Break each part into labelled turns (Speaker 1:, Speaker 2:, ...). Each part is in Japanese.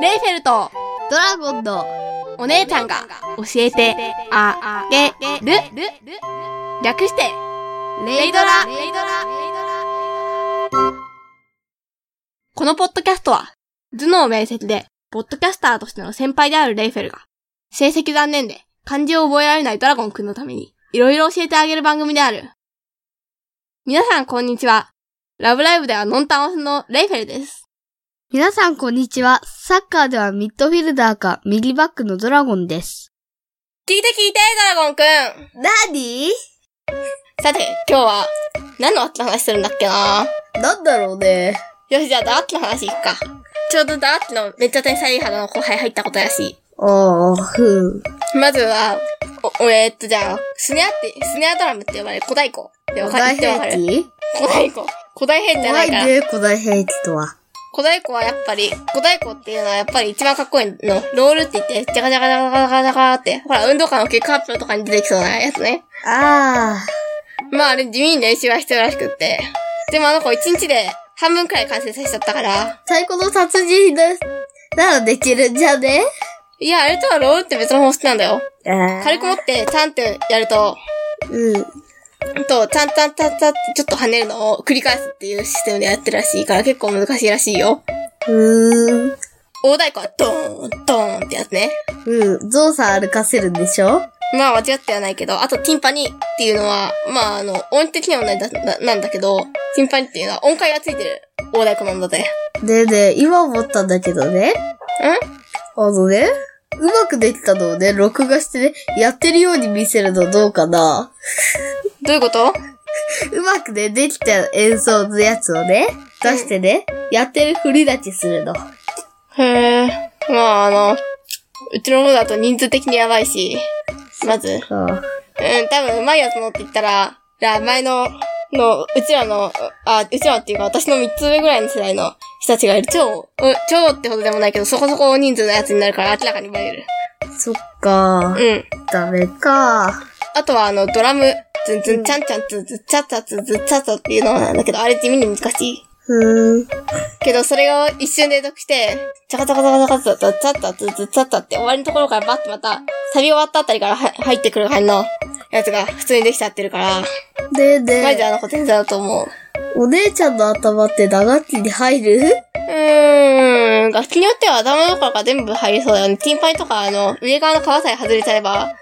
Speaker 1: レイフェルト、
Speaker 2: ドラゴンの
Speaker 1: お姉ちゃんが教えてあげる。略して、
Speaker 2: レイドラレイドラ
Speaker 1: このポッドキャストは、頭脳面接で、ポッドキャスターとしての先輩であるレイフェルが、成績残念で漢字を覚えられないドラゴンくんのために、いろいろ教えてあげる番組である。皆さんこんにちは。ラブライブではノンタンオスのレイフェルです。
Speaker 2: 皆さんこんにちは。サッカーではミッドフィルダーか右バックのドラゴンです。
Speaker 1: 聞いて聞いて、ドラゴンくん
Speaker 2: なに
Speaker 1: さて、今日は、何のあった話するんだっけな
Speaker 2: なんだろうね。
Speaker 1: よし、じゃあ、ダーッチの話いっか。ちょうどダーッチのめっちゃ天才肌の後輩入ったことらし
Speaker 2: ああ、ふん。
Speaker 1: い。まずは、お、おえーっと、じゃあ、スネアって、スネアドラムって呼ばれる古代湖。で、わかるってわかる。
Speaker 2: 気
Speaker 1: 古代湖。古代兵じゃ
Speaker 2: 怖
Speaker 1: ない
Speaker 2: い
Speaker 1: から。
Speaker 2: ね、古代兵器とは。
Speaker 1: 古代湖はやっぱり、古代湖っていうのはやっぱり一番かっこいいの。ロールって言って、ジャカジャカジャカジャカジャカって、ほら、運動会の結果発表とかに出てきそうなやつね。
Speaker 2: ああ、
Speaker 1: まあ、あれ、地味に練習はしてるらしくって。でもあの子一日で半分くらい完成させちゃったから、
Speaker 2: 最高の殺人だ、ならできるんじゃね
Speaker 1: いや、あれとはロールって別の方式なんだよ。
Speaker 2: 軽
Speaker 1: 軽く持って、ちゃんってやると、
Speaker 2: うん。
Speaker 1: と、ちゃんちゃんちゃんちゃんってちょっと跳ねるのを繰り返すっていうシステムでやってるらしいから結構難しいらしいよ。
Speaker 2: うーん。
Speaker 1: 大太鼓はドーン、ドーンってやつね。
Speaker 2: うん。ゾウさん歩かせるんでしょ
Speaker 1: まあ間違ってはないけど、あとティンパニーっていうのは、まああの、音的には同じだななんだけど、ティンパニーっていうのは音階がついてる大太鼓なんだぜ。
Speaker 2: ねえねえ、今思ったんだけどね。あのね、うまくできたのをね、録画してね、やってるように見せるのどうかな。
Speaker 1: んどういうこと
Speaker 2: うまくね、できた演奏のやつをね、出してね、やってるふりだけするの。
Speaker 1: へえ。まああの、うちの方だと人数的にやばいし、まず、
Speaker 2: あ
Speaker 1: うん、多分うまいやつのって言ったら、いや前の、の、うちらの、あ、うちらっていうか私の3つ上ぐらいの世代の人たちがいる超、うん、超ってほどでもないけど、そこそこ大人数のやつになるから明らかにバレる。
Speaker 2: そっか
Speaker 1: うん。
Speaker 2: ダメか
Speaker 1: あとはあの、ドラム、ズンズン、ちゃんちゃん、ズンズン、チャッチャ、ズンズン、チャッチャっていうのなんだけど、あれ地味に難しい。
Speaker 2: ふーん。
Speaker 1: けど、それを一瞬で読して、チャカチャカチャカチャカチャチャ、チャッチャ、ズンズン、チャッチャって終わりのところからバッとまた、サビ終わったあたりからは入ってくる感じのやつが普通にできちゃってるから、
Speaker 2: ねえね
Speaker 1: マジで
Speaker 2: え、
Speaker 1: あの子天才だと思う。
Speaker 2: お姉ちゃんの頭って打楽器に入
Speaker 1: う
Speaker 2: る
Speaker 1: ーん、楽器によっては頭の中が全部入りそうだよね。ティンパイとか、あの、上側の皮さえ外れちゃえば、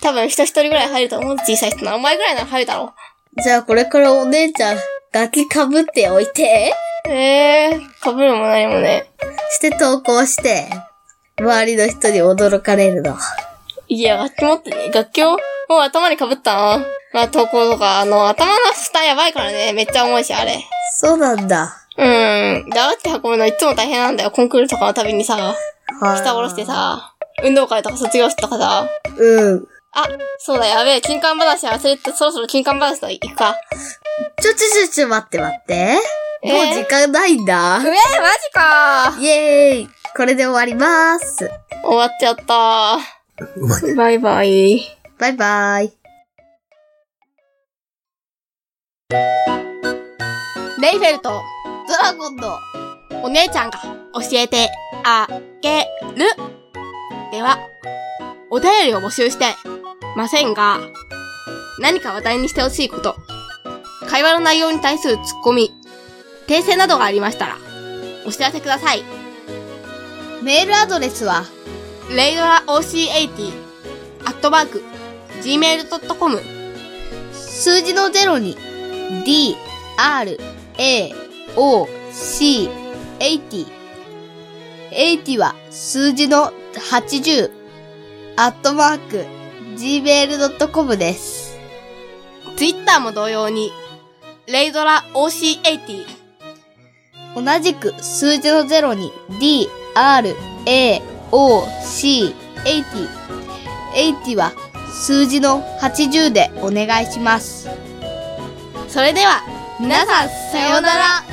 Speaker 1: 多分人一人ぐらい入ると思う。小さい人なら。お前ぐらいなら入るだろ
Speaker 2: じゃあこれからお姉ちゃん、楽器かぶっておいて。
Speaker 1: う。えー、被るもないもんね。
Speaker 2: して投稿して、周りの人に驚かれるの。
Speaker 1: いや、楽器持ってね。楽器を、もう頭に被ったな。まあ、投稿とか、あの、頭の下やばいからね。めっちゃ重いし、あれ。
Speaker 2: そうなんだ。
Speaker 1: うーん。だって運ぶのいつも大変なんだよ。コンクールとかのたびにさ、
Speaker 2: は
Speaker 1: 下下ろして。さ、運動会とか卒業式とかさ、
Speaker 2: うん。
Speaker 1: あ、そうだ、やべえ、金管話忘れて、そろそろ金管話と行くか。
Speaker 2: ちょちょちょちょ、待って待って。
Speaker 1: え
Speaker 2: もう時間ないん
Speaker 1: え
Speaker 2: だ
Speaker 1: ー、。マジか
Speaker 2: イエーイ。これで終わります。
Speaker 1: 終わっちゃったバイバイ。
Speaker 2: バイバイ。
Speaker 1: レイフェルト、
Speaker 2: ドラゴンの
Speaker 1: お姉ちゃんが教えてあげる。では、お便りを募集してませんが、何か話題にしてほしいこと、会話の内容に対するツッコミ、訂正などがありましたら、お知らせください。
Speaker 2: メールアドレスは、
Speaker 1: レイドラ OC80、アットマーク、gmail.com
Speaker 2: 数字の0に、d, r, a, o, c, 80。80は数字の80、アットマーク、gmail.com です。
Speaker 1: ツイッターも同様に、レイドラ OC80、
Speaker 2: 同じく数字の0に D, R, A, O, C, 80。80は数字の80でお願いします。
Speaker 1: それでは、皆さん、さようなら